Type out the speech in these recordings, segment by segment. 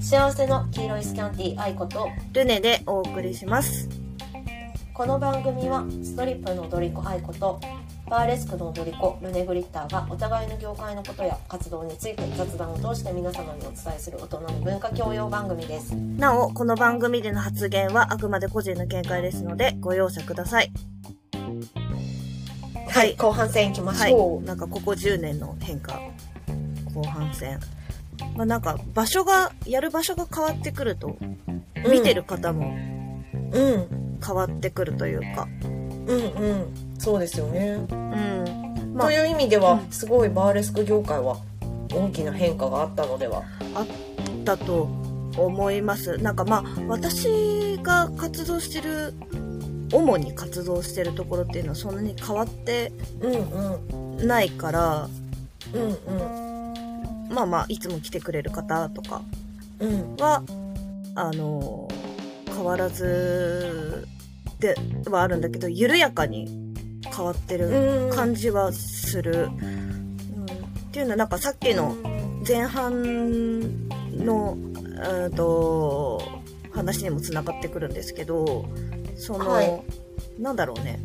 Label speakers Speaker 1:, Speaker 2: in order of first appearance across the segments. Speaker 1: 幸せの黄色いスキャンティー愛子と
Speaker 2: ルネでお送りします。
Speaker 1: この番組はストリップの踊り子愛子とバーレスクの踊り子ルネ・グリッターがお互いの業界のことや活動について雑談を通して皆様にお伝えする大人の文化教養番組です
Speaker 2: なお、この番組での発言はあくまで個人の見解ですので、ご容赦ください。
Speaker 1: はい後半戦いきま
Speaker 2: は
Speaker 1: しょ
Speaker 2: い。なんかここ10年の変化、後半戦。まあなんか場所が、やる場所が変わってくると、
Speaker 1: う、
Speaker 2: 見てる方も
Speaker 1: うん
Speaker 2: 変わってくるというか、
Speaker 1: うんうんそうですよね、
Speaker 2: うん。まあ
Speaker 1: と、いう意味では
Speaker 2: うん
Speaker 1: すごいバーレスク業界は大きな変化があったのでは
Speaker 2: だと思います。なんかまあ、私が活動してる、主に活動してるところっていうのはそんなに変わって
Speaker 1: うんうん
Speaker 2: ないから、
Speaker 1: うんうん
Speaker 2: まあまあ、いつも来てくれる方とか
Speaker 1: うん
Speaker 2: は、あの、変わらずではあるんだけど、緩やかに変わって
Speaker 1: う
Speaker 2: る
Speaker 1: ん
Speaker 2: 感じはする。うん、っていうのは、なんかさっきの前半の、うんと、話にもつながってくるんですけど、その、
Speaker 1: はい
Speaker 2: なんだろうね。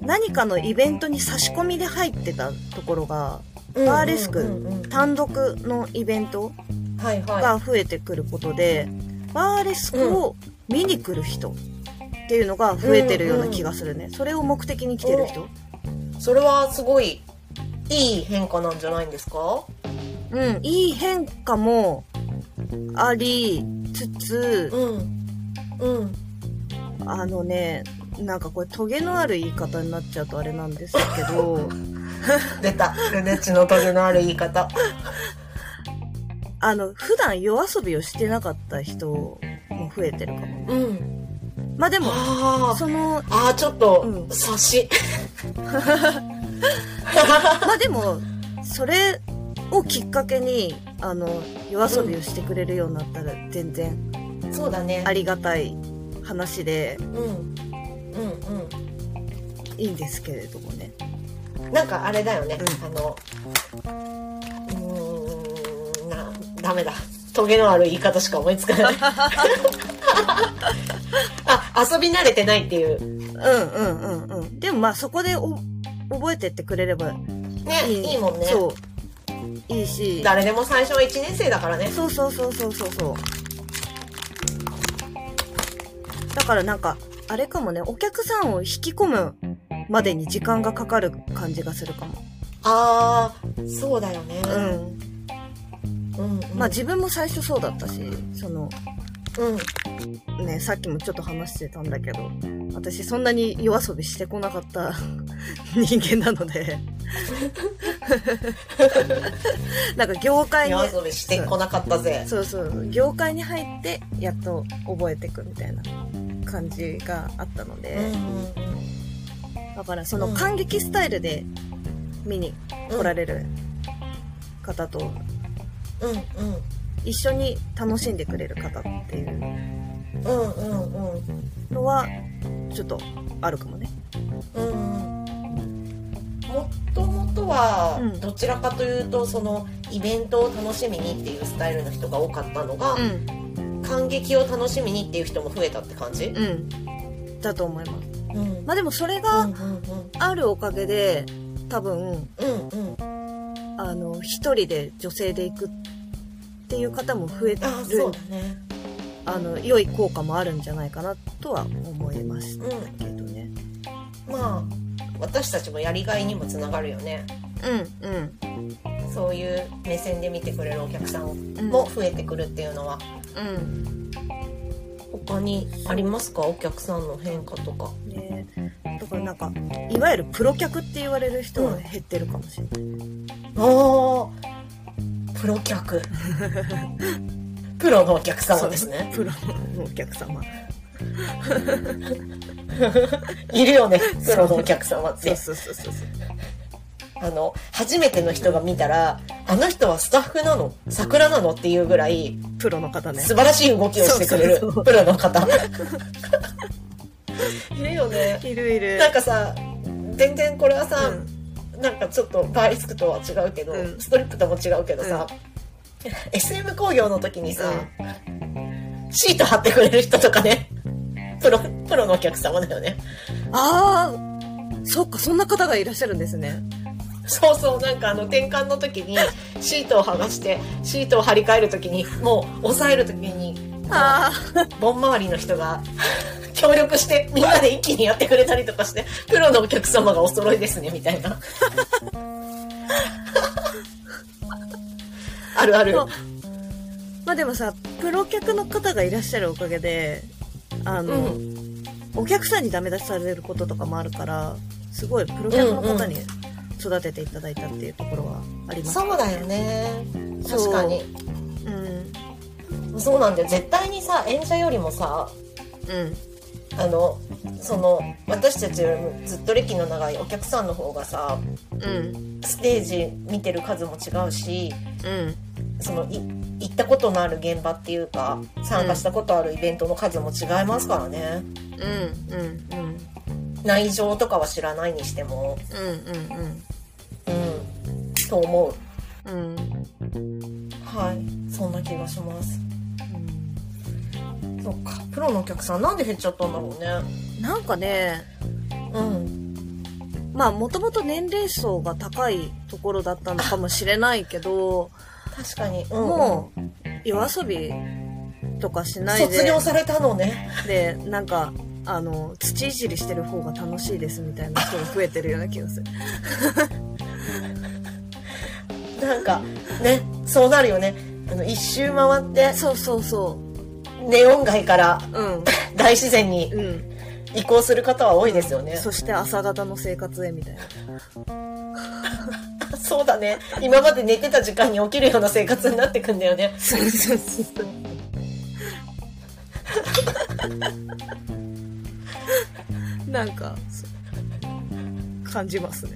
Speaker 2: 何かのイベントに差し込みで入ってたところが、バーレスク
Speaker 1: うんうんうん
Speaker 2: 単独のイベント
Speaker 1: はいはい
Speaker 2: が増えてくることで、バーレスクを見に来る人っていうのが増えてるような気がするね。それを目的に来てる人。
Speaker 1: それはすごいいい変化なんじゃないんですか
Speaker 2: うん、いい変化もありつつ、
Speaker 1: んうん
Speaker 2: あのね、なんかこれトゲのある言い方になっちゃうとあれなんですけど、
Speaker 1: 出たルネッチのトゲのある言い方
Speaker 2: あの、普段夜遊びをしてなかった人も増えてるかも。
Speaker 1: うん
Speaker 2: まあでも、
Speaker 1: あー
Speaker 2: その、
Speaker 1: あーちょっと
Speaker 2: うん
Speaker 1: 察し、
Speaker 2: まあでも、それをきっかけに、あの、夜遊びをしてくれるようになったら全然
Speaker 1: そうだね
Speaker 2: ありがたい話で
Speaker 1: うんうん
Speaker 2: いいんですけれどもね。
Speaker 1: うんなんかあれだよね、
Speaker 2: うん
Speaker 1: あのうーんなダメだトゲのある言い方しか思いつか ないあ遊び慣れてないっていう
Speaker 2: うんうんうんうん。でもまあそこでお覚えてってくれれば
Speaker 1: ね
Speaker 2: いい。
Speaker 1: いいもんね
Speaker 2: そう。いいし。
Speaker 1: 誰でも最初は1年生だからね
Speaker 2: そうそうそうそうそうそう。だからなんか、あれかもね、お客さんを引き込むまでに時間がかかる感じがするかも。
Speaker 1: ああそうだよね
Speaker 2: うん。
Speaker 1: うん、うん、
Speaker 2: まあ自分も最初そうだったし、その、
Speaker 1: うん
Speaker 2: ね、さっきもちょっと話してたんだけど、私そんなに夜遊びしてこなかった 人間なので、 なんか業界に、
Speaker 1: 夜遊びしてこなかったぜ
Speaker 2: そうそう、業界に入ってやっと覚えてくみたいな感じがあったので、だからその
Speaker 1: うん
Speaker 2: 感激スタイルで見に来られる方と
Speaker 1: うん
Speaker 2: 一緒に楽しんでくれる方っていう
Speaker 1: うんうんうんうん
Speaker 2: のはちょっとあるかもね。
Speaker 1: うんもともとは
Speaker 2: うん
Speaker 1: どちらかというとそのイベントを楽しみにっていうスタイルの人が多かったのが、
Speaker 2: ん。
Speaker 1: 感激を楽しみにっていう人も増えたって感じ、
Speaker 2: うん。だと思います。
Speaker 1: うんうん
Speaker 2: まあでもそれ
Speaker 1: うん
Speaker 2: があるおかげで多分、
Speaker 1: うんうん、
Speaker 2: あの、一人で女性で行くっていう方も増える、
Speaker 1: あそうだね
Speaker 2: あの、良い効果もあるんじゃないかなとは思いましたけどね。
Speaker 1: まあ私たちもやりがいにもつながるよね
Speaker 2: うん、うん。
Speaker 1: そういう目線で見てくれるお客さん
Speaker 2: うん
Speaker 1: も増えてくるっていうのは
Speaker 2: うん。
Speaker 1: 他にありますかお客さんの変化とか
Speaker 2: ねだからなんか、いわゆるプロ客って言われる人は減ってるかもしれない。
Speaker 1: ああプロ客 プロのお客様ですね
Speaker 2: プロのお客様。
Speaker 1: いるよねプロのお客様っ
Speaker 2: そう
Speaker 1: て
Speaker 2: そうそうそう。
Speaker 1: あの初めての人が見たらあの人はスタッフなの桜なのっていうぐらい
Speaker 2: プロの方ね
Speaker 1: 素。晴らしい動きをしてくれる
Speaker 2: そうそうそ
Speaker 1: プロの 方いるよね
Speaker 2: いるいる
Speaker 1: なんかさ全然これはさ、
Speaker 2: うん
Speaker 1: なんかちょっとバーリスクとは違うけど、
Speaker 2: うん
Speaker 1: ストリップとも違うけどさ、 SM 工業の時にさ、シート貼ってくれる人とかねプロプロのお客様だよね
Speaker 2: ああそっかそんな方がいらっしゃるんですね
Speaker 1: そうそうなんかあの転換の時にシートを剥がしてシートを張り替える時にもう押さえる時に
Speaker 2: あ
Speaker 1: 盆周りの人が協力してみんなで一気にやってくれたりとかしてプロのお客様がお揃いですねみたい なあるあ
Speaker 2: あ
Speaker 1: る
Speaker 2: まあでもさプロ客の方がいらっしゃるおかげであ
Speaker 1: う
Speaker 2: の、
Speaker 1: ん
Speaker 2: お客さんにダメ出しされることとかもあるからすごいプロ客の方に育てていただいたっていうところはあります
Speaker 1: そうだよね確かに
Speaker 2: うん
Speaker 1: そうなんだよ絶対にさ演者よりもさ
Speaker 2: うん
Speaker 1: あのその私たちよりもずっと歴の長いお客さんの方がさ
Speaker 2: うん
Speaker 1: ステージ見てる数も違うし
Speaker 2: うん
Speaker 1: そのい行ったことのある現場っていうか参加したことあるイベントの数も違いますからね、
Speaker 2: うんうんうん
Speaker 1: 内情とかは知らないにしても
Speaker 2: う
Speaker 1: う
Speaker 2: ん
Speaker 1: んと思う
Speaker 2: うんうん
Speaker 1: はいそんな気がしますそっかプロのお客さんなんで減っちゃったんだろうね
Speaker 2: なんかね
Speaker 1: うん
Speaker 2: まあもともと年齢層が高いところだったのかもしれないけど
Speaker 1: 確かに、うん
Speaker 2: もう夜遊びとかしないで
Speaker 1: 卒業されたのね
Speaker 2: でなんかあの土いじりしてる方が楽しいですみたいな人が増えてるような気がする
Speaker 1: なんかねそうなるよねあの一周回って
Speaker 2: そうそうそ
Speaker 1: ネオン街から
Speaker 2: ううん
Speaker 1: 大自然に
Speaker 2: うん
Speaker 1: 移行する方は多いですよね
Speaker 2: そして朝方の生活へみたいな
Speaker 1: そうだね。今まで寝てた時間に起きるような生活になってくんだよね。
Speaker 2: そうそうそうなんかそう感じますね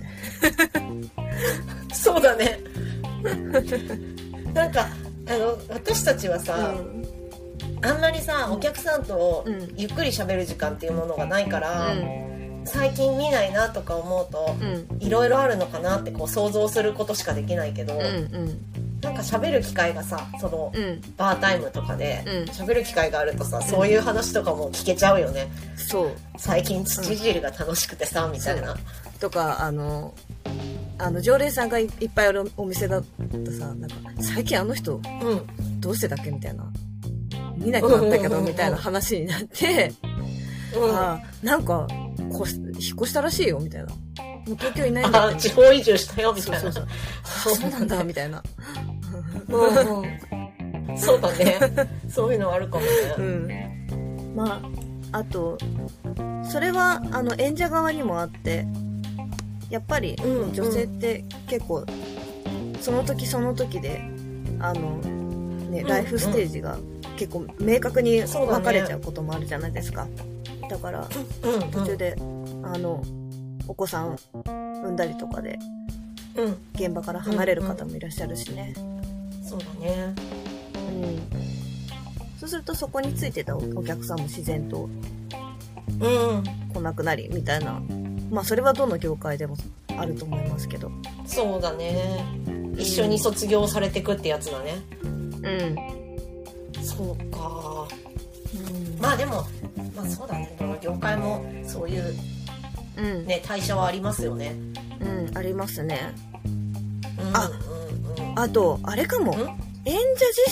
Speaker 1: そうだね。 なんか、あの、私たちはさ、あんまりさ、お客さんと
Speaker 2: うん
Speaker 1: ゆっくり喋る時間っていうものがないか
Speaker 2: う
Speaker 1: ら、
Speaker 2: ん
Speaker 1: 最近見ないなとか思うと、
Speaker 2: うん
Speaker 1: いろいろあるのかなってこう想像することしかできないけど、
Speaker 2: うんうん
Speaker 1: なんか喋る機会がさ、その、
Speaker 2: うん
Speaker 1: バータイムとかで
Speaker 2: うん
Speaker 1: 喋る機会があるとさ、そういう話とかも聞けちゃうよね。
Speaker 2: そう
Speaker 1: 最近土いじりが楽しくてさ、みたいな。
Speaker 2: とかあのあの常連さんがいいっぱいあるお店だったさなんか最近あの人
Speaker 1: うん。
Speaker 2: どうしてだっけみたいな見なくなったけどみたいな話になって
Speaker 1: うん
Speaker 2: あーなんかこ引っ越したらしいよみたいなもう東京いないんだ
Speaker 1: あ
Speaker 2: っ
Speaker 1: ー
Speaker 2: て
Speaker 1: 地方移住したよみ
Speaker 2: そう
Speaker 1: たい
Speaker 2: そ
Speaker 1: な
Speaker 2: うそうあそうなんだみたいな
Speaker 1: うんうんそうだねそういうのはあるかもね、
Speaker 2: うんまああとそれはあの演者側にもあってやっぱり
Speaker 1: うん
Speaker 2: 女性って結構その時その時であのね
Speaker 1: うん
Speaker 2: ライフステージが結構明確に
Speaker 1: そうだね
Speaker 2: 分かれちゃうこともあるじゃないですかだから
Speaker 1: うんうん
Speaker 2: 途中であのお子さんを産んだりとかで
Speaker 1: うん
Speaker 2: 現場から離れる方もいらっしゃるしね、
Speaker 1: そうだね
Speaker 2: うん、そうするとそこについてたおお客さんも自然と
Speaker 1: う
Speaker 2: 来なくなりみたいなまあそれはどの業界でもあると思いますけど
Speaker 1: んそうだね一緒に卒業されてくってやつだね
Speaker 2: うん、
Speaker 1: そうかまあでもまあそうだねどの業界もそういう
Speaker 2: うん
Speaker 1: ね代謝はありますよね
Speaker 2: うんありますね
Speaker 1: うん
Speaker 2: あ
Speaker 1: うんうん
Speaker 2: あとあれかも
Speaker 1: ん
Speaker 2: 演者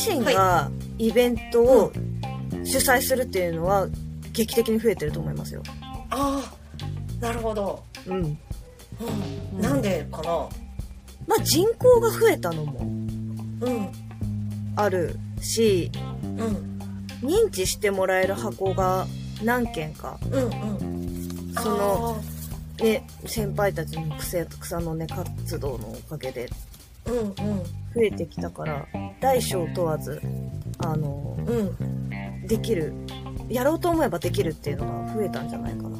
Speaker 2: 自身がイベントを主催するっていうのは劇的に増えてると思いますよ
Speaker 1: あーなるほど、
Speaker 2: うん
Speaker 1: うん
Speaker 2: うん
Speaker 1: なんでかな
Speaker 2: まあ人口が増えたのも
Speaker 1: うん
Speaker 2: あるし
Speaker 1: うん
Speaker 2: 認知してもらえる箱が何件か
Speaker 1: うんうん
Speaker 2: そのね、先輩たちの草草の根活動のおかげで
Speaker 1: あーうんうん
Speaker 2: 増えてきたから大小問わずあの
Speaker 1: うん。
Speaker 2: できるやろうと思えばできるっていうのが増えたんじゃないかな、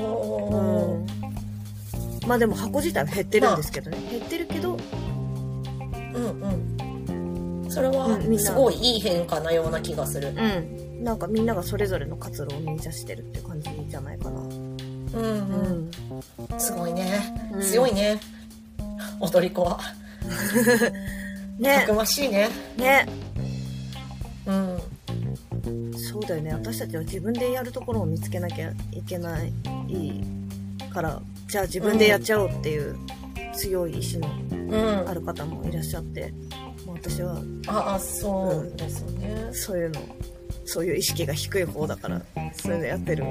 Speaker 1: おー
Speaker 2: まあでも箱自体は減ってるんですけどね、減ってるけど
Speaker 1: うんうん。それ
Speaker 2: う
Speaker 1: は
Speaker 2: んみんな
Speaker 1: すごいいい変化なような気がする。
Speaker 2: うんなんかみんながそれぞれの活動を見出してるって感じじゃないかな、
Speaker 1: うんうん。すごいね。
Speaker 2: うん
Speaker 1: 強いね。踊り子は。た
Speaker 2: ね
Speaker 1: くましいね
Speaker 2: ね
Speaker 1: うん
Speaker 2: そうだよね私たちは自分でやるところを見つけなきゃいけないからじゃあ自分でやっちゃおうっていう強い意志の
Speaker 1: うん
Speaker 2: ある方もいらっしゃって、もう私は
Speaker 1: ああそうですよね、
Speaker 2: そういうのそういう意識が低い方だからそういうのやってる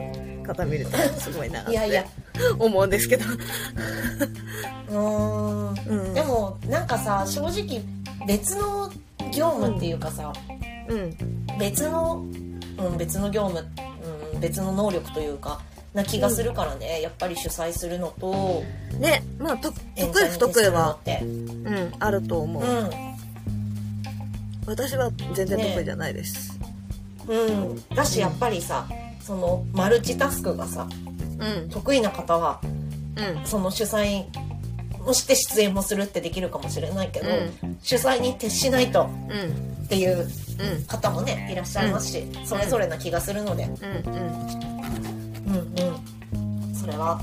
Speaker 2: 方見るとすごいなっ
Speaker 1: いやいや
Speaker 2: て思うんですけど、
Speaker 1: うん
Speaker 2: うん、
Speaker 1: でもなんかさ正直別の業務っていうかさ、
Speaker 2: うん
Speaker 1: 別の、うん、別の業務、うん、別の能力というかな気がするからね、やっぱり主催するのと
Speaker 2: ねまあと
Speaker 1: 演
Speaker 2: 得
Speaker 1: 者
Speaker 2: 意
Speaker 1: に
Speaker 2: 不得意は、
Speaker 1: 徹するの
Speaker 2: うん、あると思う、
Speaker 1: っ
Speaker 2: 私は全然得意じゃないです、
Speaker 1: てうん、うん、だしやっぱりさそのマルチタスクがさ得意な方は
Speaker 2: うんうん
Speaker 1: その主催もして出演もするってできるかもしれないけど、主催に徹しないと
Speaker 2: うんうん
Speaker 1: っていう
Speaker 2: うん
Speaker 1: 方もねいらっしゃいますし、それぞれな気がするので、
Speaker 2: うんうん
Speaker 1: うんうん、それは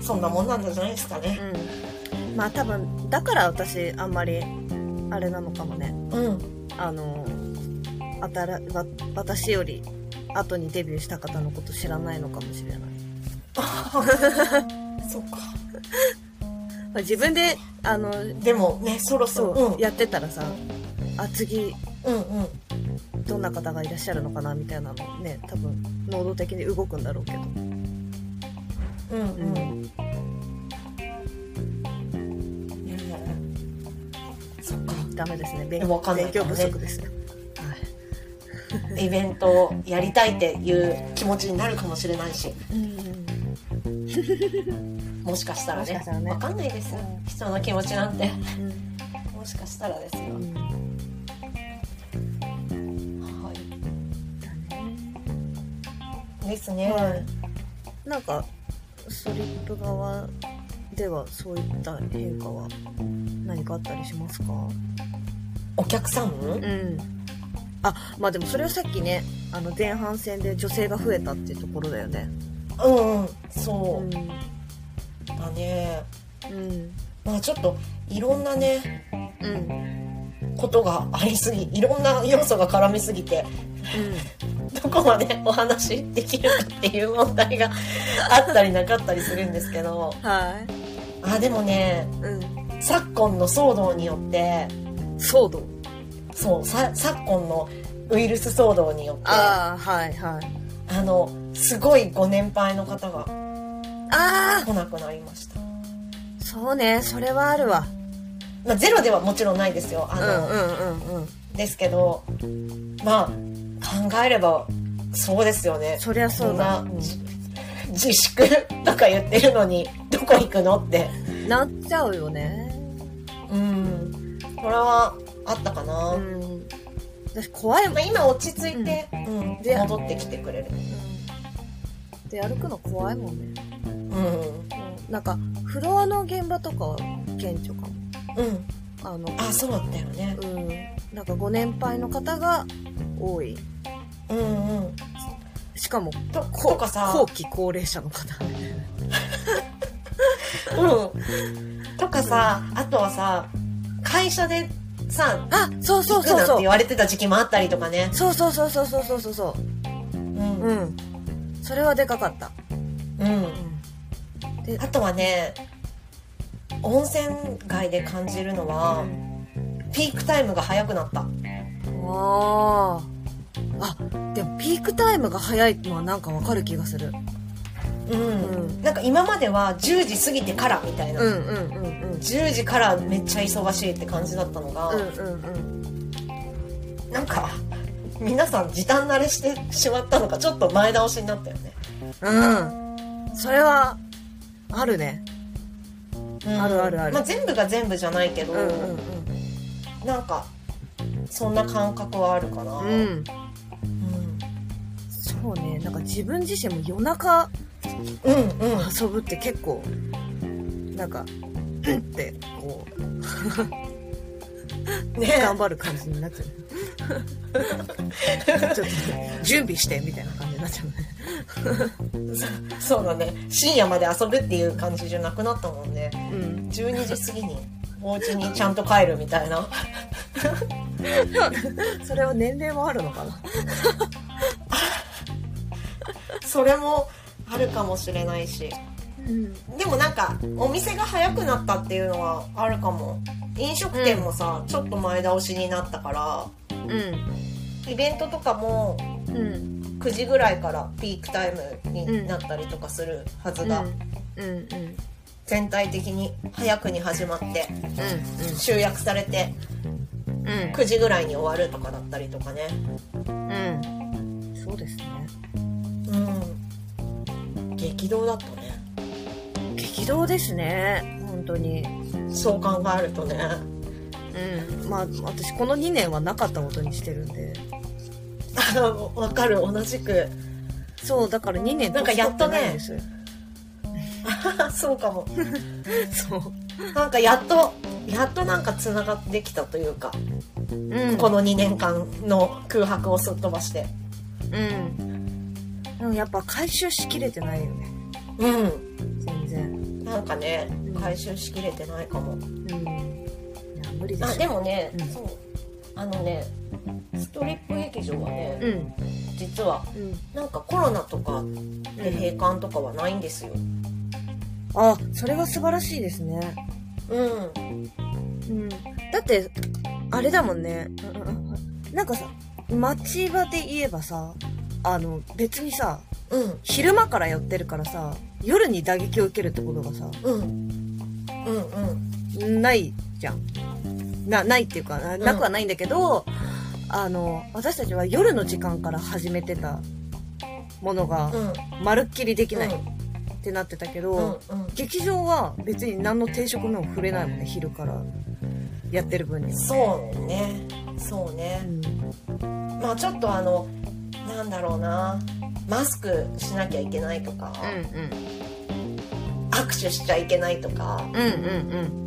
Speaker 1: そんなもんなんじゃないですかね。
Speaker 2: うんまあ多分だから私あんまりあれなのかもね
Speaker 1: うん、
Speaker 2: あのあたらわ私より後にデビューした方のこと知らないのかもしれない、ま
Speaker 1: そっか
Speaker 2: あ自分であの
Speaker 1: でもねそろそ
Speaker 2: そ
Speaker 1: ろ
Speaker 2: う、
Speaker 1: うん
Speaker 2: やってたらさあ次
Speaker 1: うんうん
Speaker 2: どんな方がいらっしゃるのかなみたいなのね多分能動的に動くんだろうけど
Speaker 1: うん
Speaker 2: う
Speaker 1: うん
Speaker 2: ん
Speaker 1: いやいやそっか
Speaker 2: ダメですね勉
Speaker 1: わかんない
Speaker 2: 勉強不
Speaker 1: から
Speaker 2: 足
Speaker 1: ね
Speaker 2: ですねはい
Speaker 1: イベントをやりたいっていう気持ちになるかもしれないし
Speaker 2: うん
Speaker 1: もしかしたら
Speaker 2: もし
Speaker 1: ね
Speaker 2: かしたらね
Speaker 1: わかんないですよ
Speaker 2: う
Speaker 1: 人の気持ちなんてもしかしたらですよ、
Speaker 2: うん
Speaker 1: はい
Speaker 2: だね
Speaker 1: ですね、
Speaker 2: はい、なんかストリップ側ではそういった変化は何かあったりしますか
Speaker 1: お客さん、
Speaker 2: んあまあでもそれはさっきねあの前半戦で女性が増えたっていうところだよね
Speaker 1: うんうんそううだね
Speaker 2: うん
Speaker 1: まあちょっといろんなね
Speaker 2: うんうん
Speaker 1: ことがありすぎいろんな要素が絡みすぎてどこまでお話しできるかっていう問題があったりなかったりするんですけど
Speaker 2: は
Speaker 1: あでもね
Speaker 2: い、うん、
Speaker 1: 昨今の騒動によって
Speaker 2: 騒動
Speaker 1: そうさ昨今のウイルス騒動によってあ
Speaker 2: ああはいはい
Speaker 1: のすごいご年配の方が
Speaker 2: あ
Speaker 1: 来なくなりました、
Speaker 2: あそうねそれはあるわ
Speaker 1: まあ、ゼロではもちろんないですよあ
Speaker 2: うん
Speaker 1: の、
Speaker 2: うんうんうん
Speaker 1: ですけどまあ考えればそうですよね
Speaker 2: そりゃそうだ
Speaker 1: こんなじ自粛 とか言ってるのにどこ行くのって
Speaker 2: なっちゃうよね
Speaker 1: うんこれはあったかな、
Speaker 2: うん私怖いもん
Speaker 1: まあ今落ち着いて、うん
Speaker 2: で
Speaker 1: 戻ってきてくれる
Speaker 2: で歩くの怖いもんね、
Speaker 1: うん
Speaker 2: なんかフロアの現場とかは顕著かも
Speaker 1: うん
Speaker 2: あの
Speaker 1: あそうだったよね
Speaker 2: うんなんかご年配の方が多い
Speaker 1: うんうん
Speaker 2: しかも
Speaker 1: と
Speaker 2: こ
Speaker 1: とかさ
Speaker 2: 後、期高齢者の方
Speaker 1: うん、とかさあとはさ会社でさ
Speaker 2: あそうそ
Speaker 1: 行
Speaker 2: う
Speaker 1: くなん
Speaker 2: そう
Speaker 1: て
Speaker 2: そ
Speaker 1: 言われてた時期もあったりとかね
Speaker 2: うそうそうそうそうそうそうそう
Speaker 1: うん
Speaker 2: う、んそれはでかかった、
Speaker 1: うん、
Speaker 2: で
Speaker 1: あとはね温泉街で感じるのはピークタイムが早くなった
Speaker 2: あーあでもピークタイムが早いのはなんかわかる気がする
Speaker 1: うん、
Speaker 2: う
Speaker 1: なんか今までは10時過ぎてからみたいな、
Speaker 2: うんうんうんうん
Speaker 1: 10時からめっちゃ忙しいって感じだったのが、
Speaker 2: うんうんうん
Speaker 1: なんか皆さん時短慣れしてしまったのかちょっと前倒しになったよね、
Speaker 2: うんそれはあるね
Speaker 1: うん
Speaker 2: あるあるある
Speaker 1: まあ、全部が全部じゃないけど、
Speaker 2: うんうん
Speaker 1: なんかそんな感覚はあるかな、
Speaker 2: うんうん
Speaker 1: うん
Speaker 2: そうねなんか自分自身も夜中
Speaker 1: うんうん
Speaker 2: 遊ぶって結構なんかうんってこう
Speaker 1: ね
Speaker 2: 頑張る感じになっち ゃうちょっと準備してみたいな感じになっちゃうね
Speaker 1: そうだね深夜まで遊ぶっていう感じじゃなくなったもんね
Speaker 2: うん
Speaker 1: 12時過ぎにお家にちゃんと帰るみたいな
Speaker 2: それは年齢もあるのかな
Speaker 1: それもあるかもしれないし
Speaker 2: うん
Speaker 1: でもなんかお店が早くなったっていうのはあるかも飲食店もさ、ちょっと前倒しになったからイベントとかも
Speaker 2: うんうん
Speaker 1: 9時ぐらいからピークタイムになったりとかするはずが、
Speaker 2: うんうんうん
Speaker 1: 全体的に早くに始まって
Speaker 2: う
Speaker 1: 集約されて
Speaker 2: んうん
Speaker 1: 9時ぐらいに終わるとかだったりとかね
Speaker 2: うんそうですね
Speaker 1: うん激動だったね
Speaker 2: 激動ですね本当に
Speaker 1: そう考えるとね
Speaker 2: うんまあ私この2年はなかったことにしてるんで
Speaker 1: あのわかる同じく
Speaker 2: そうだから2年
Speaker 1: なんかやっとね
Speaker 2: 年取って
Speaker 1: そうかも
Speaker 2: ないんですよそう
Speaker 1: なんかやっとやっとなんかつながってきたというか、
Speaker 2: うん
Speaker 1: この2年間の空白をすっ飛ばして
Speaker 2: うんでもやっぱ回収しきれてないよね
Speaker 1: うん
Speaker 2: 全然
Speaker 1: なんかね
Speaker 2: うん
Speaker 1: 回収しきれてないかも
Speaker 2: うんいや無理で
Speaker 1: あ
Speaker 2: す
Speaker 1: でもね、
Speaker 2: うん
Speaker 1: そうあのねストリップ劇場はね、
Speaker 2: うん
Speaker 1: 実は
Speaker 2: うん
Speaker 1: なんかコロナとかで
Speaker 2: うん
Speaker 1: 閉館とかはないんですよ
Speaker 2: あそれは素晴らしいですね
Speaker 1: うん
Speaker 2: うんだってあれだもんねなんかさ町場で言えばさあの別にさ
Speaker 1: うん
Speaker 2: 昼間からやってるからさ夜に打撃を受けるってことがさ
Speaker 1: うんうんうん
Speaker 2: ないじゃんなないっていうかななくはないんだけど、あの私たちは夜の時間から始めてたものが
Speaker 1: うん
Speaker 2: まるっきりできない
Speaker 1: うん
Speaker 2: ってなってたけど、
Speaker 1: うんうん
Speaker 2: 劇場は別に何の定食目も触れないもんね昼からやってる分には。
Speaker 1: そうねそうねまあちょっとあのなんだろうなマスクしなきゃいけないとか、握手しちゃいけないとか
Speaker 2: うんうんうん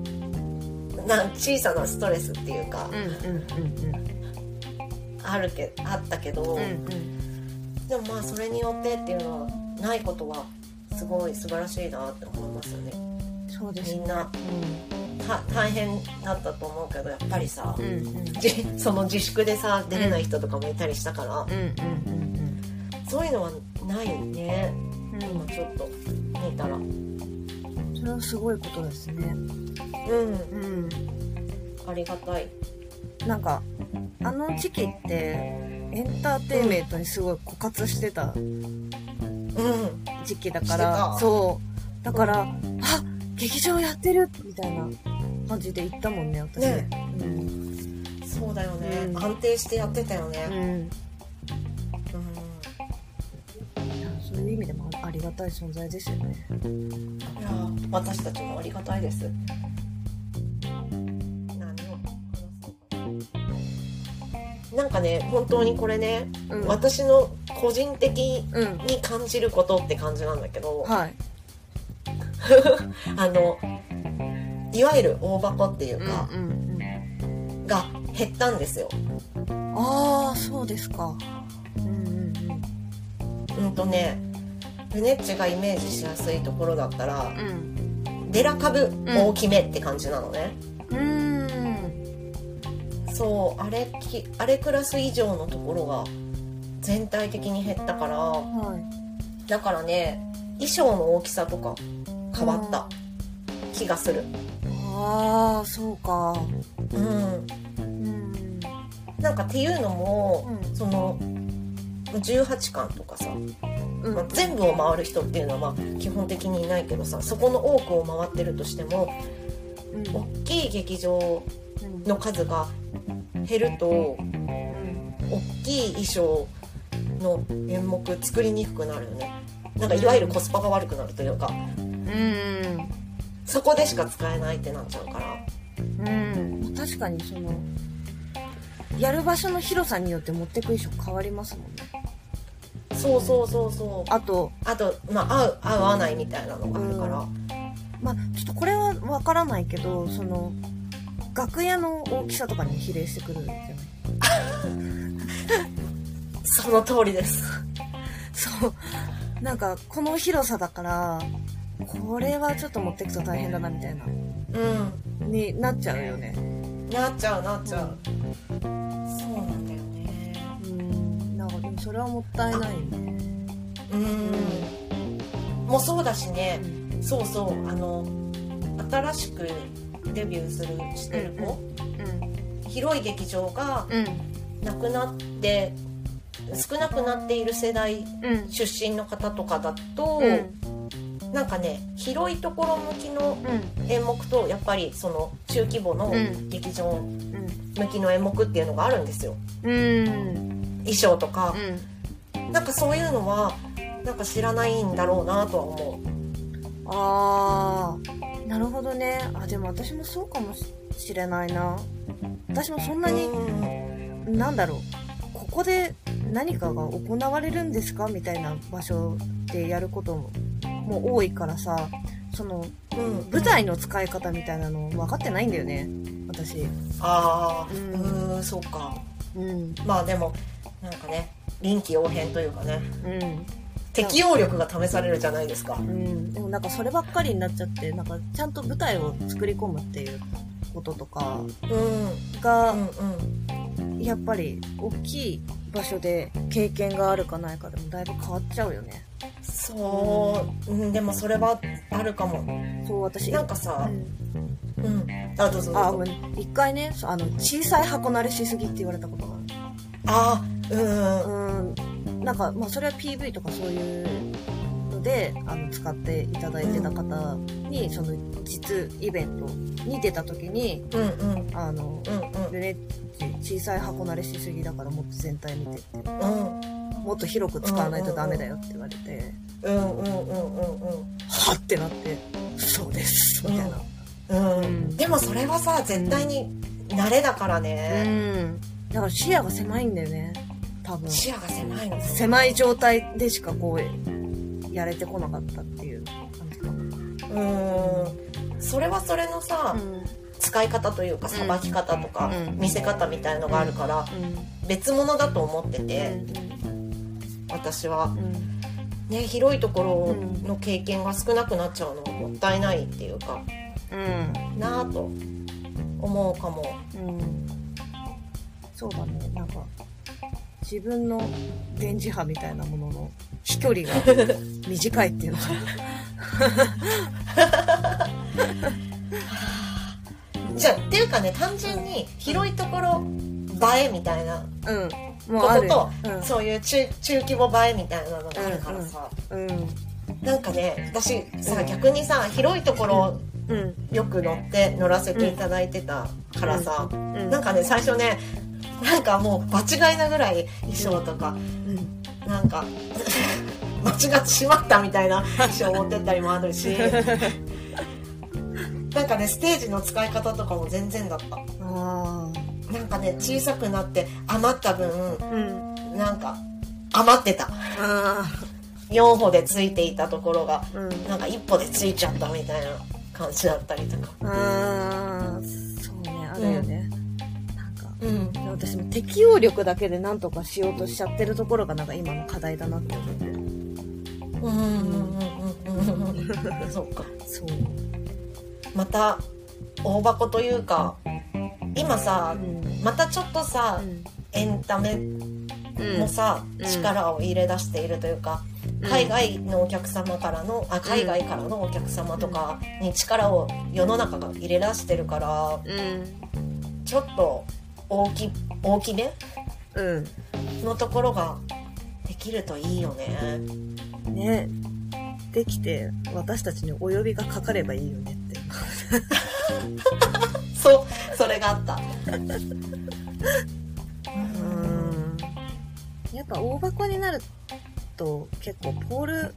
Speaker 1: なん小さなストレスっていうか、
Speaker 2: うんうん
Speaker 1: あるけあったけど、でもまあそれによってっていうのはないことはすごい素晴らしいなって思いますよね
Speaker 2: そうで
Speaker 1: み
Speaker 2: す
Speaker 1: んなた大変だったと思うけどやっぱりさ、
Speaker 2: うんうんうん
Speaker 1: じ その自粛でさ出れない人とかもいたりしたから、
Speaker 2: うん
Speaker 1: そういうのはないね
Speaker 2: うんう
Speaker 1: 今
Speaker 2: ん
Speaker 1: ちょっと見たらうん
Speaker 2: それはすごいことですねうん
Speaker 1: ありがたい
Speaker 2: なんかあの時期ってエンターテインメントにすごい枯渇してた
Speaker 1: うん
Speaker 2: 時期だか
Speaker 1: して
Speaker 2: ら
Speaker 1: た
Speaker 2: そうだからあ劇場やってるみたいな感じで行ったもんね私
Speaker 1: ね
Speaker 2: うん
Speaker 1: そうだよね、
Speaker 2: うん
Speaker 1: 安定してやってたよ
Speaker 2: う
Speaker 1: ね、う
Speaker 2: ん
Speaker 1: ん
Speaker 2: いやそういう意味でもありがたい存在ですよね
Speaker 1: いやー私たちもありがたいです何を話そうなんかね本当にこれね、
Speaker 2: うん
Speaker 1: 私の個人的
Speaker 2: うん
Speaker 1: に感じることって感じなんだけど、
Speaker 2: はい
Speaker 1: あのいわゆる大箱っていうか、
Speaker 2: うんうん
Speaker 1: が減ったんですよ
Speaker 2: ああそうですかうんう
Speaker 1: う
Speaker 2: ん
Speaker 1: んとねルネッチがイメージしやすいところだったら
Speaker 2: うん
Speaker 1: デラ株大きめって感じなのね、
Speaker 2: うんうん
Speaker 1: そうあれきあれクラス以上のところが全体的に減ったから
Speaker 2: はい
Speaker 1: だからね衣装の大きさとか変わった気がする
Speaker 2: ああそうか
Speaker 1: うん
Speaker 2: うん
Speaker 1: なんかっていうのも、
Speaker 2: うん
Speaker 1: その18巻とかさ、
Speaker 2: うん
Speaker 1: まあ全部を回る人っていうのはまあ基本的にいないけどさそこの多くを回ってるとしても
Speaker 2: うん
Speaker 1: 大きい劇場
Speaker 2: うん
Speaker 1: の数が減ると
Speaker 2: うん
Speaker 1: 大きい衣装の演目作りにくくなるよねなんかいわゆるコスパが悪くなるというか
Speaker 2: うん
Speaker 1: そこでしか使えないってなっちゃうから
Speaker 2: うん、確かにそのやる場所の広さによって持ってく衣装変わりますもんね
Speaker 1: そうそうそうそう
Speaker 2: あと、
Speaker 1: あとまあ合う合う合わないみたいなのがあるから
Speaker 2: まあ、ちょっとこれはわからないけどその楽屋の大きさとかに比例してくるんじゃない
Speaker 1: その通りです
Speaker 2: そうなんかこの広さだからこれはちょっと持ってくと大変だなみたいな
Speaker 1: うんう
Speaker 2: になっちゃうよね。
Speaker 1: んなっちゃうなっちゃう、そうなんだよね
Speaker 2: うん、なんかでもそれはもったいないね。
Speaker 1: うんもうそうだしねそうそうあの新しくデビューするしてる子、広い劇場が
Speaker 2: うん、
Speaker 1: なくなって少なくなっている世代
Speaker 2: うん、うん、
Speaker 1: 出身の方とかだと、なんかね広いところ向きの演目とやっぱりその中規模の
Speaker 2: うん
Speaker 1: 劇場向きの演目っていうのがあるんですよ
Speaker 2: うん、うん、
Speaker 1: 衣装とか、
Speaker 2: うん。
Speaker 1: なんかそういうのはなんか知らないんだろうなとは思う
Speaker 2: あーなるほどねあでも私もそうかもししれないな私もそんなに、
Speaker 1: うん
Speaker 2: なんだろうここで何かが行われるんですかみたいな場所でやることもも多いからさその
Speaker 1: うん
Speaker 2: 舞台の使い方みたいなの分かってないんだよね私
Speaker 1: ああ
Speaker 2: うん
Speaker 1: うんそうか
Speaker 2: うん
Speaker 1: まあでもなんかね臨機応変というかね
Speaker 2: うん
Speaker 1: 適応力が試されるじゃないですか
Speaker 2: うんでもなんかそればっかりになっちゃってなんかちゃんと舞台を作り込むっていうこととか
Speaker 1: うん
Speaker 2: が、
Speaker 1: うんうん
Speaker 2: やっぱり大きい場所で経験があるかないかでもだいぶ変わっちゃうよね
Speaker 1: そう、うん、でもそれはあるかも
Speaker 2: そう私
Speaker 1: なんかさ
Speaker 2: う、ん
Speaker 1: うん、あどうぞどう
Speaker 2: あ
Speaker 1: ぞ
Speaker 2: ごめん一回ねそうあの小さい箱慣れしすぎって言われたことが
Speaker 1: あーうんうん
Speaker 2: あるうんなんか、まあ、それは PV とかそういうのであの使っていただいてた方にその実イベントに出た時に
Speaker 1: うんうん
Speaker 2: あの
Speaker 1: うん
Speaker 2: ルネッチ小さい箱慣れしすぎだからもっと全体見てって
Speaker 1: うん
Speaker 2: もっと広く使わないとダメだよって言われて
Speaker 1: うんうんうんうんうん
Speaker 2: はってなってそうですみたいな
Speaker 1: うんう
Speaker 2: うんん
Speaker 1: でもそれはさ絶対に慣れだからね、
Speaker 2: ん。だから視野が狭いんだよね。多分。
Speaker 1: 視野が狭いの
Speaker 2: 狭い状態でしかこう、やれてこなかったっていう感じかな。
Speaker 1: うんそれはそれのさ、使い方というかさばき方とか、
Speaker 2: うん
Speaker 1: 見せ方みたいのがあるから別物だと思ってて、私はね広いところの経験が少なくなっちゃうのはもったいないっていうかなあと思うかも
Speaker 2: そうだね。なんか、自分の電磁波みたいなものの飛距離が短いっていうのかな。
Speaker 1: じゃあっていうかね単純に広いところ映えみたいな
Speaker 2: うん。もう
Speaker 1: こ
Speaker 2: あ
Speaker 1: と
Speaker 2: る。
Speaker 1: と、そういう中中規模映えみたいなのがあるからさ、
Speaker 2: うん。
Speaker 1: なんかね私さ
Speaker 2: うん
Speaker 1: 逆にさ広いところ
Speaker 2: うん。うん。
Speaker 1: よく乗って乗らせていただいてたからさ、
Speaker 2: うん
Speaker 1: なんかね最初ねなんかもう場違いなぐらい衣装とか
Speaker 2: うん。
Speaker 1: なんか 間違ってしまったみたいな衣装持ってったりもあるしなんかねステージの使い方とかも全然だった
Speaker 2: あ
Speaker 1: なんかね小さくなって余った分
Speaker 2: あ。うん。
Speaker 1: なんか余ってた
Speaker 2: あ
Speaker 1: 4歩でついていたところが
Speaker 2: あ。うん。
Speaker 1: なんか1歩でついちゃったみたいな感じだったりとか
Speaker 2: あーそうねあるよね、なんか
Speaker 1: うん
Speaker 2: 私も適応力だけで何とかしようとしちゃってるところがなんか今の課題だなって思ってる
Speaker 1: うんうんうんうんうんうんそうか
Speaker 2: そう
Speaker 1: また大箱というか今さ
Speaker 2: うん
Speaker 1: またちょっとさエンタメ
Speaker 2: うん
Speaker 1: もさ、
Speaker 2: うん
Speaker 1: 力を入れ出しているというか、
Speaker 2: うん
Speaker 1: 海外のお客様からのあ海外からのお客様とかに力を世の中が入れ出してるから
Speaker 2: うん
Speaker 1: ちょっと大き大きめ
Speaker 2: う
Speaker 1: のところができるといいよね。
Speaker 2: んねできて私たちにお呼びがかかればいいよねって
Speaker 1: そうそれがあった。
Speaker 2: うんやっぱ大箱になると結構ポール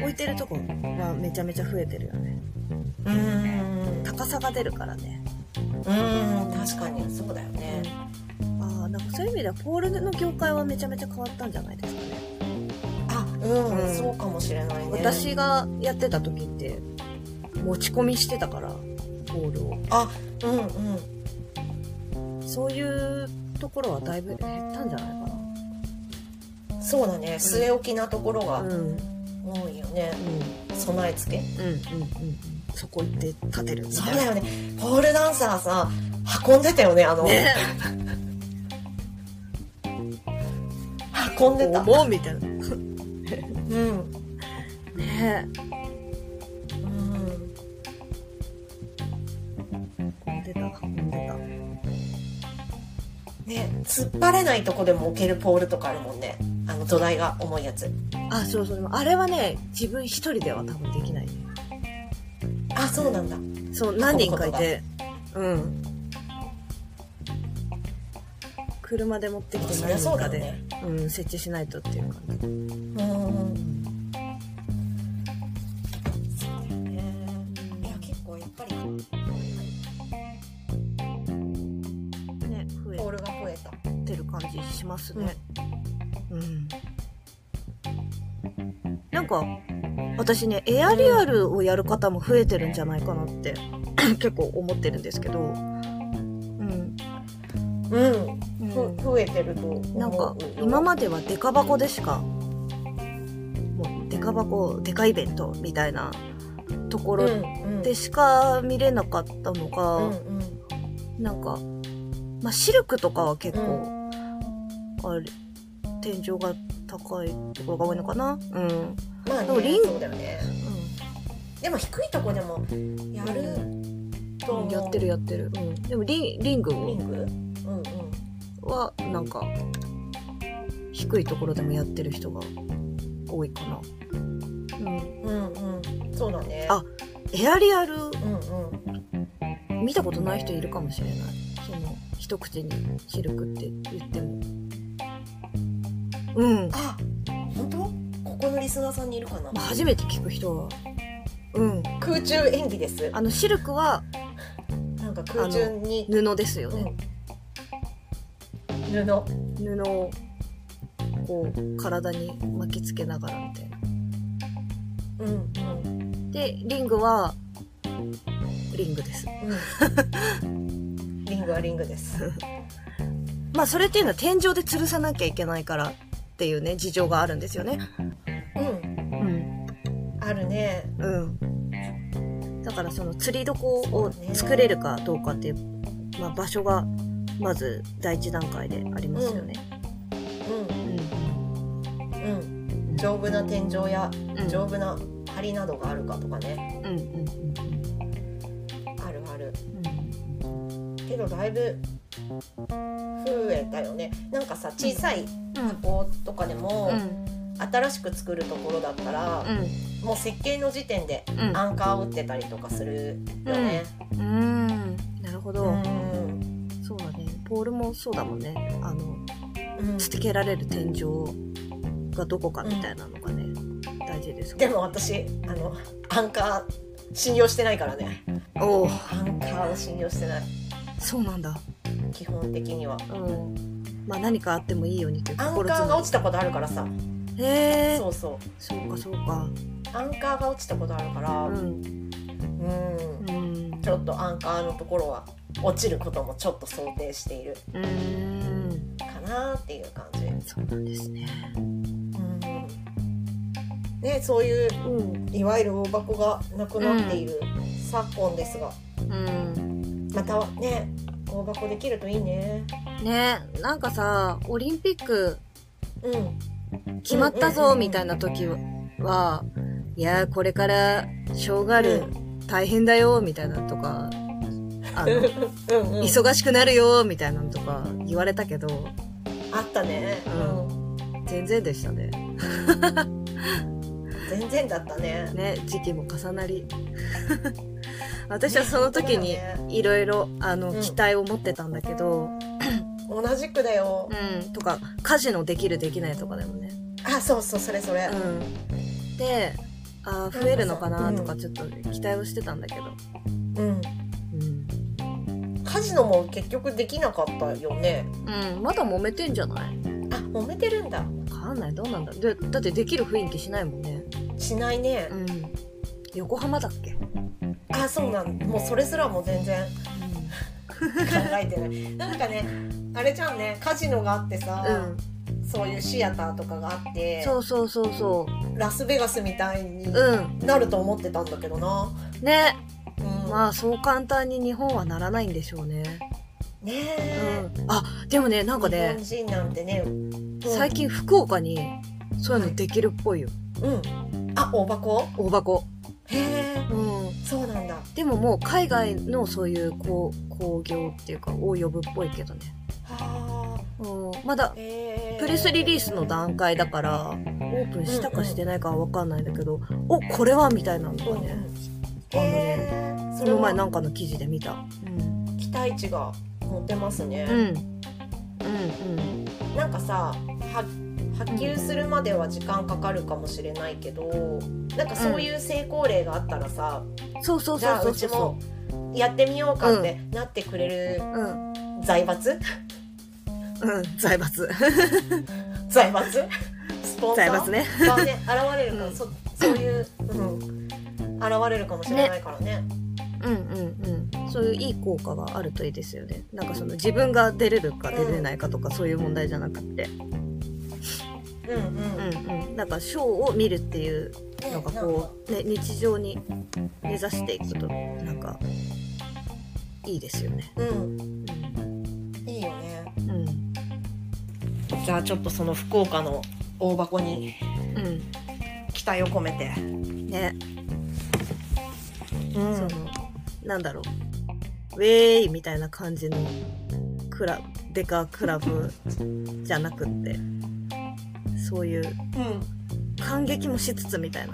Speaker 2: 置いてるとこはめちゃめちゃ増えてるよね
Speaker 1: うーん
Speaker 2: 高さが出るからね
Speaker 1: うーん確かにそうだよね。
Speaker 2: ああなんかそういう意味ではポールの業界はめちゃめちゃ変わったんじゃないですかね
Speaker 1: あうん、
Speaker 2: うん
Speaker 1: そうかもしれないね。
Speaker 2: 私がやってた時って持ち込みしてたからポールを
Speaker 1: あうんうん
Speaker 2: そういうところはだいぶ減ったんじゃないか
Speaker 1: そうだね据え置きなところ
Speaker 2: な
Speaker 1: が
Speaker 2: うんうん
Speaker 1: 多いよね。備え付け
Speaker 2: うんうんそこ行って立てるみ
Speaker 1: そ
Speaker 2: た
Speaker 1: う
Speaker 2: い
Speaker 1: だ
Speaker 2: な
Speaker 1: よねポールダンサーさ運んでたよねあの、
Speaker 2: ね
Speaker 1: 運んでた
Speaker 2: 思うみたいな
Speaker 1: うん
Speaker 2: ね
Speaker 1: うん
Speaker 2: 運んでた運んでた
Speaker 1: ね突っ張れないとこでも置けるポールとかあるもんねあの土台が重いやつ
Speaker 2: あそうそうでもあれはね自分一人では多分できないね
Speaker 1: あそうなんだ
Speaker 2: そう何人かいてうん車で持ってきて
Speaker 1: そりゃ
Speaker 2: 何
Speaker 1: そ
Speaker 2: 人
Speaker 1: うだ
Speaker 2: か
Speaker 1: よ
Speaker 2: で
Speaker 1: ね
Speaker 2: うん、設置しないとっていう感じ
Speaker 1: うんいや結構やっぱり
Speaker 2: ね
Speaker 1: ポ
Speaker 2: 増
Speaker 1: ー
Speaker 2: え
Speaker 1: ルが増えた
Speaker 2: てる感じしますねうん、なんか私ねエアリアルをやる方も増えてるんじゃないかなって 結構思ってるんですけどうん、
Speaker 1: うん
Speaker 2: う
Speaker 1: ふ
Speaker 2: ん、
Speaker 1: 増えてると思う
Speaker 2: なんか今まではデカ箱でしかもうデカ箱デカイベントみたいなところ
Speaker 1: うん
Speaker 2: でしか見れなかったのが、
Speaker 1: うんうん
Speaker 2: なんか、まあ、シルクとかは結構、あれ天井が高いところが多いのかなうん、うん、
Speaker 1: まあ
Speaker 2: でも
Speaker 1: ね
Speaker 2: リン
Speaker 1: そうだよねでも低いとこでもやると思う
Speaker 2: やってるやってる、うん、でもリンリング
Speaker 1: リングうんうん
Speaker 2: はなんか低いところでもやってる人が多いかなうん
Speaker 1: うんうんそうだね
Speaker 2: あエアリアル
Speaker 1: うんうん
Speaker 2: 見たことない人いるかもしれないその一口にシルクって言ってもうん、ま
Speaker 1: あ本当ここのリスナーさんにいるかな
Speaker 2: あ、初めて聞く人はうん
Speaker 1: 空中演技です
Speaker 2: あのシルクは
Speaker 1: なんか空中に
Speaker 2: 布ですよ
Speaker 1: う
Speaker 2: ね
Speaker 1: ん布
Speaker 2: 布をこう体に巻きつけながらみたいな
Speaker 1: うんうん
Speaker 2: でリングはリングです
Speaker 1: うん、リングはリングです。
Speaker 2: まあそれっていうのは天井で吊るさなきゃいけないからっていうね事情があるんですよね
Speaker 1: うん、
Speaker 2: うん
Speaker 1: あるね。
Speaker 2: うんだからその吊り床を作れるかどうかっていう、まあ、場所がまず第一段階でありますよね、
Speaker 1: う
Speaker 2: うん
Speaker 1: ん、うん、丈夫な天井や
Speaker 2: うん
Speaker 1: 丈夫な梁などがあるかとかね。
Speaker 2: うんうん
Speaker 1: あるある。
Speaker 2: うん
Speaker 1: けどだいぶ増えたよね。なんかさ、小さい箱とかでも。新しく作るところだったら、もう設計の時点で
Speaker 2: うん
Speaker 1: アンカーを打ってたりとかするよね。
Speaker 2: うんうんなるほ
Speaker 1: う
Speaker 2: ど、
Speaker 1: ん、
Speaker 2: そうだね。ポールもそうだもんね。あの、
Speaker 1: うん、
Speaker 2: 捨てけられる天井がどこかみたいなのがね、大事です
Speaker 1: でも私あのアンカー信用してないからね
Speaker 2: おお、
Speaker 1: アンカーを信用してない
Speaker 2: そうなんだ。
Speaker 1: 基本的には
Speaker 2: うん。まあ何かあってもいいようにっていう
Speaker 1: アンカ
Speaker 2: 心
Speaker 1: ーが落
Speaker 2: づ
Speaker 1: ちたことあるからさ
Speaker 2: もへえ。
Speaker 1: そうそう
Speaker 2: そうかそうか。
Speaker 1: アンカーが落ちたことあるから
Speaker 2: う
Speaker 1: うん
Speaker 2: ん。うん。
Speaker 1: ちょっとアンカーのところは落ちることもちょっと想定している
Speaker 2: うん。
Speaker 1: かなっていう感じ、
Speaker 2: そうなんですね。
Speaker 1: ねそういう
Speaker 2: うん。
Speaker 1: いわゆる大箱がなくなっている昨今ですが、
Speaker 2: うん。
Speaker 1: またね大箱できるといいね
Speaker 2: ねなんかさ、オリンピック
Speaker 1: うん
Speaker 2: 決まったぞみたいな時は、いやーこれから障がる大変だよみたいなとか、あの、
Speaker 1: うんうん
Speaker 2: 忙しくなるよみたいなのとか言われたけど、
Speaker 1: あったね、
Speaker 2: うん全然でしたね。
Speaker 1: 全然だったね
Speaker 2: ね、時期も重なり。 私はその時に
Speaker 1: ね本当だよ
Speaker 2: いろいろ、あの、
Speaker 1: うん
Speaker 2: 期待を持ってたんだけど、
Speaker 1: 同じくだよ、
Speaker 2: うん、とか、家事のできるできないとかでもね。
Speaker 1: あそうそうそれそれ、
Speaker 2: うん。で、あー増えるのかなとかちょっと期待をしてたんだけど。
Speaker 1: うん、
Speaker 2: うん。
Speaker 1: カジノも結局できなかったよね
Speaker 2: うん、まだ揉めてんじゃない
Speaker 1: あ揉めてるんだ
Speaker 2: わかんない、どうなんだろうで、だってできる雰囲気しないもんね。
Speaker 1: しないね、
Speaker 2: うん。横浜だっけ
Speaker 1: あそうなんもうそれすらも全然考えてないなんかねあれじゃんねカジノがあってさ、
Speaker 2: うん。
Speaker 1: そういうシアターとかがあって
Speaker 2: そうそうそうそ
Speaker 1: ラスベガスみたいに
Speaker 2: ううん
Speaker 1: なると思ってたんだけどな、
Speaker 2: ね
Speaker 1: うん
Speaker 2: まあそう簡単に日本はならないんでしょうね、
Speaker 1: ね
Speaker 2: う
Speaker 1: え、
Speaker 2: ん、あでもねなんかね
Speaker 1: 日本人なんてね、うん、
Speaker 2: 最近福岡にそういうのできるっぽいよ
Speaker 1: うんあ大箱
Speaker 2: 大箱、
Speaker 1: へえ
Speaker 2: うん、
Speaker 1: そうなんだ
Speaker 2: でももう海外のそういうこう興行っていうかを呼ぶっぽいけどね、
Speaker 1: はあ
Speaker 2: うん、まだ
Speaker 1: へえ
Speaker 2: プレスリリースの段階だからオープンしたかしてないかは分かんないんだけど、おこれはみたいなの
Speaker 1: うん
Speaker 2: が
Speaker 1: うん
Speaker 2: ね、
Speaker 1: へえそ
Speaker 2: そ
Speaker 1: れ
Speaker 2: の前
Speaker 1: は
Speaker 2: なんかの記事で見たうん
Speaker 1: 期待値が持てますね、
Speaker 2: うんうん
Speaker 1: なんかさは波及するまでは時間かかるかもしれないけどなんかそういう成功例があったらさ、
Speaker 2: うんそうそう
Speaker 1: じ
Speaker 2: そ
Speaker 1: ゃ
Speaker 2: う
Speaker 1: あ
Speaker 2: そううそ
Speaker 1: ち
Speaker 2: うそ
Speaker 1: もやってみようかってなってくれる
Speaker 2: ううん
Speaker 1: 財 閥
Speaker 2: うん財閥
Speaker 1: 財閥スポンサー
Speaker 2: 財閥ね
Speaker 1: がね現れるから、
Speaker 2: うん
Speaker 1: そそういう、うん、現れるかもしれないからね
Speaker 2: うんうんうんそういういい効果があるといいですよねなんかその自分が出れるか出れないかとかそういう問題じゃなくて
Speaker 1: うんうん、
Speaker 2: うんうんなんかショーを見るっていう
Speaker 1: ね
Speaker 2: のがこう、ね、日常に根ざしていくとなんかいいですよね。
Speaker 1: うんいいよね
Speaker 2: うんうん
Speaker 1: じゃあちょっとその福岡の大箱に
Speaker 2: う
Speaker 1: 期待を込めて、
Speaker 2: ん、ね、
Speaker 1: うん
Speaker 2: そのなんだろうウェーイみたいな感じのクラデカクラブじゃなくってそういう感激もしつつみたいな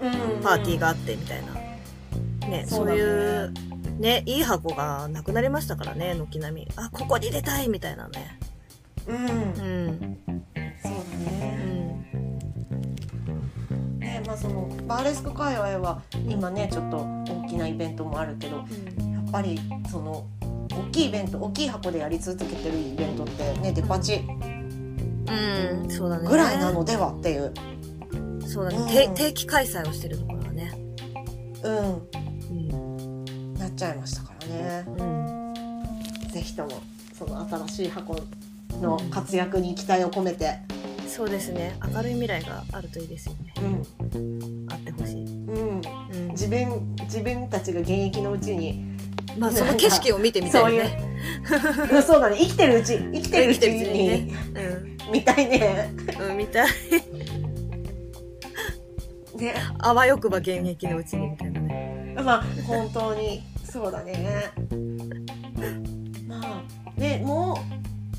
Speaker 1: うん
Speaker 2: パーティーがあってみたいな、ね
Speaker 1: そ
Speaker 2: そうう
Speaker 1: だね
Speaker 2: いうねいい箱がなくなりましたからね軒並みあここに出たいみたいなね。
Speaker 1: うん
Speaker 2: うん
Speaker 1: そうだね。ね、まあそのバーレスク界隈は今ねちょっと大きなイベントもあるけど、やっぱりその大きいイベント、大きい箱でやり続けてるイベントってねデパ地
Speaker 2: うん、うん、そうだね
Speaker 1: ぐらいなのではっていう。
Speaker 2: そうだね、
Speaker 1: うん
Speaker 2: て定期開催をしてるところはね
Speaker 1: う
Speaker 2: うん、
Speaker 1: ん、なっちゃいましたからね。
Speaker 2: うん、
Speaker 1: ぜひともその新しい箱の活躍に期待を込めて。
Speaker 2: そうですね明るい未来があるといいですよね
Speaker 1: うん。
Speaker 2: あってほしい、う
Speaker 1: う
Speaker 2: ん、
Speaker 1: ん、自分自分たちが現役のうちに
Speaker 2: まあその景色を見てみたいよね
Speaker 1: うんそうだね生きてるうち生きてるうち
Speaker 2: 生きてるうちに
Speaker 1: に
Speaker 2: う
Speaker 1: 見たいね
Speaker 2: ん、うん、見たい
Speaker 1: ね
Speaker 2: あわよくば現役のうちにみたいなね
Speaker 1: まあ本当にそうだね。まあねも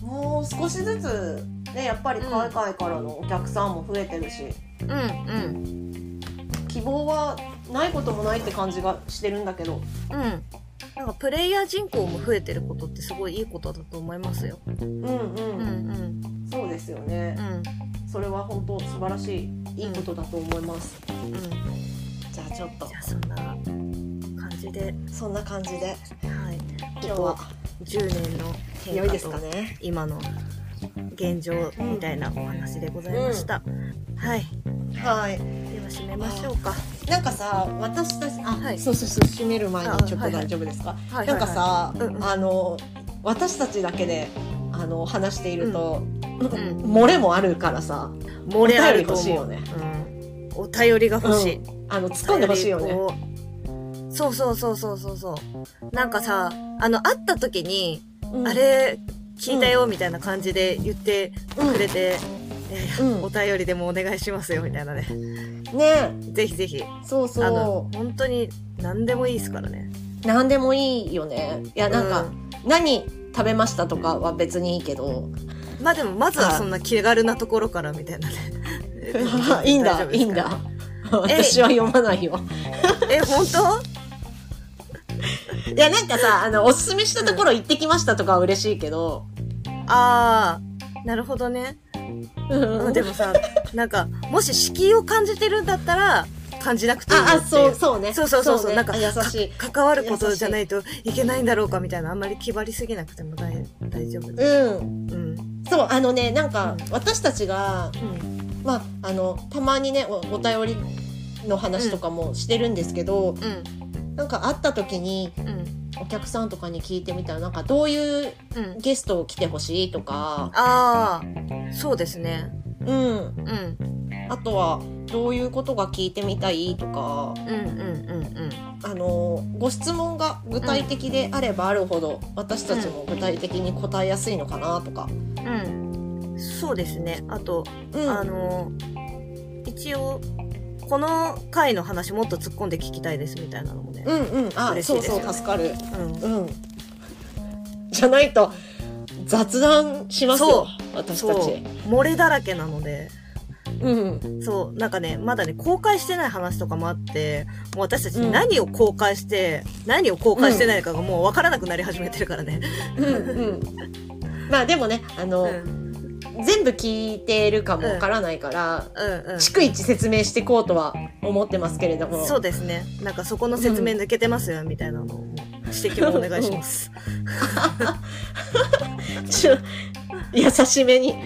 Speaker 1: うもう少しずつねやっぱり海外からのお客さんも増えてるし、
Speaker 2: うんうん
Speaker 1: 希望はないこともないって感じがしてるんだけど。
Speaker 2: うんなんかプレイヤー人口も増えてることってすごいいいことだと思いますよ。
Speaker 1: うん
Speaker 2: うん
Speaker 1: う、
Speaker 2: うんん
Speaker 1: そうですよね
Speaker 2: う。ん
Speaker 1: それは本当素晴らしいいいことだと思います。
Speaker 2: うん。
Speaker 1: じゃあちょっと
Speaker 2: じゃあそんな感じで、
Speaker 1: そんな感じで
Speaker 2: はい、
Speaker 1: 今日は
Speaker 2: 10年の
Speaker 1: 良
Speaker 2: 変
Speaker 1: い
Speaker 2: 化
Speaker 1: です
Speaker 2: と
Speaker 1: かね。
Speaker 2: 今の現状みたいなお話でございました、はい
Speaker 1: はい。
Speaker 2: では締めましょうか
Speaker 1: なんかさ私たちあ、
Speaker 2: はい
Speaker 1: そうそうそう閉める前に
Speaker 2: あ
Speaker 1: ちょっ
Speaker 2: は
Speaker 1: と
Speaker 2: いはい
Speaker 1: 大丈夫ですか。
Speaker 2: はい
Speaker 1: なんかさ、
Speaker 2: はいはいうんうん
Speaker 1: あの私たちだけであの話していると、
Speaker 2: ん
Speaker 1: 漏れもあるからさ、
Speaker 2: 漏れあると
Speaker 1: お便り欲しい
Speaker 2: 思
Speaker 1: よ
Speaker 2: う
Speaker 1: ね
Speaker 2: うん、お便りが欲しい、
Speaker 1: うあの突っ込んでほしいよね。
Speaker 2: お便りをそうそうそうそうそうそうなんかさあの会った時に、
Speaker 1: うん
Speaker 2: あ、れ聞いたよみたいな感じで言って
Speaker 1: うん
Speaker 2: くれて、えー
Speaker 1: うん
Speaker 2: お便りでもお願いしますよみたいなね
Speaker 1: ね
Speaker 2: ぜひぜひ
Speaker 1: そう
Speaker 2: あの
Speaker 1: そ
Speaker 2: 本当に何でもいいですからね
Speaker 1: うなんでもいいよね。いやなんか、
Speaker 2: う
Speaker 1: 何食べましたとかは別にいいけ ど
Speaker 2: まあでもまずはそんな気軽なところからみたいなね
Speaker 1: いいん
Speaker 2: 大丈
Speaker 1: だ
Speaker 2: 夫
Speaker 1: い
Speaker 2: です
Speaker 1: いんだ。私
Speaker 2: か
Speaker 1: は読まないよ。
Speaker 2: え本当
Speaker 1: いやなんかさあのおすすめしたところ行ってきましたとかは嬉しいけど。
Speaker 2: ああなるほどね、
Speaker 1: うん
Speaker 2: でもさなんかもし敷居を感じてるんだったら感じなくていいよって
Speaker 1: あ、
Speaker 2: い
Speaker 1: あ、
Speaker 2: う
Speaker 1: そう、そうね。
Speaker 2: そうそうそうそう
Speaker 1: ね
Speaker 2: なんか
Speaker 1: あ優しい。
Speaker 2: 関わることじゃないといけないんだろうかみたいなあんまり気張りすぎなくても大大丈夫で
Speaker 1: うん。
Speaker 2: す、うん
Speaker 1: そう、あのね、なんか
Speaker 2: う、ん
Speaker 1: 私たちが、
Speaker 2: うん
Speaker 1: まあ、あの、たまにね、おお便りの話とかもしてるんですけど、
Speaker 2: うん
Speaker 1: なんか会った時に、
Speaker 2: うん
Speaker 1: お客さんとかに聞いてみたらなんかどういう
Speaker 2: うん、
Speaker 1: ゲストを来てほしいとか、
Speaker 2: ああそうですね
Speaker 1: うん
Speaker 2: う、んうん
Speaker 1: あとはどういうことが聞いてみたいとか
Speaker 2: うんうんうん
Speaker 1: あのご質問が具体的であればあるほど私たちも具体的に答えやすいのかなとか。
Speaker 2: うん、そうですね。あと、
Speaker 1: うん
Speaker 2: あの、一応、この回の話もっと突っ込んで聞きたいですみたいなのもね。
Speaker 1: うんうん、あ、
Speaker 2: 嬉し
Speaker 1: そ
Speaker 2: いうですよ
Speaker 1: そう、助かる。
Speaker 2: うん。
Speaker 1: うん。じゃないと、雑談しますよ、私
Speaker 2: そう
Speaker 1: たち。。
Speaker 2: 漏れだらけなので、
Speaker 1: うん。
Speaker 2: そう、なんかね、まだね、公開してない話とかもあって、もう私たち
Speaker 1: うん
Speaker 2: 何を公開して、何を公開してないかがもう分からなくなり始めてるからね。
Speaker 1: うんうん。まあでもね、あ
Speaker 2: う
Speaker 1: の、
Speaker 2: ん。うん
Speaker 1: 全部聞いてるかもわからないから、
Speaker 2: うん。
Speaker 1: 逐一説明していこうとは思ってますけれども。
Speaker 2: そうですね。なんかそこの説明抜けてますよ、みたいなのを、指摘をお願いします。
Speaker 1: ちょ 優しめに。
Speaker 2: 優し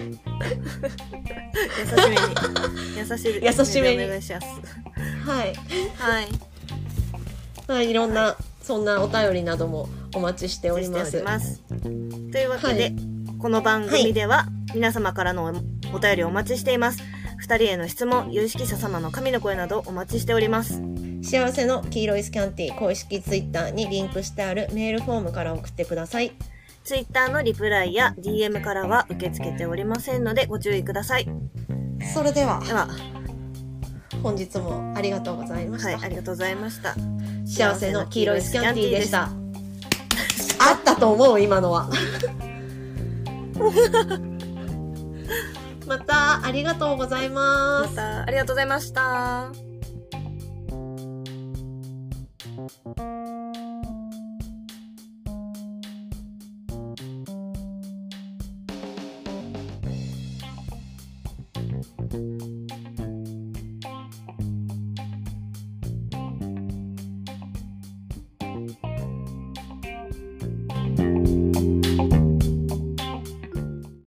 Speaker 2: めに。優し め
Speaker 1: 優しめに
Speaker 2: お願いします。
Speaker 1: はい。
Speaker 2: はい。
Speaker 1: はい、いろんな、そんなお便りなどもお待ちしておりま
Speaker 2: して
Speaker 1: す。
Speaker 2: おりますというわけで、
Speaker 1: はい
Speaker 2: この番組では皆様からのおお便りをお待ちしています。二人への質問、有識者様の神の声などお待ちしております。
Speaker 1: 幸せの黄色いスキャンティー公式ツイッターにリンクしてあるメールフォームから送ってください。
Speaker 2: ツイッターのリプライや DM からは受け付けておりませんのでご注意ください。
Speaker 1: それでは
Speaker 2: では、は
Speaker 1: 本日もありがとうございました。
Speaker 2: い、ありがとうございました。
Speaker 1: 幸せの黄色いスキャンティーでした。あったと思う今の は。またありがとうございま。
Speaker 2: ますた、ありがとうございました。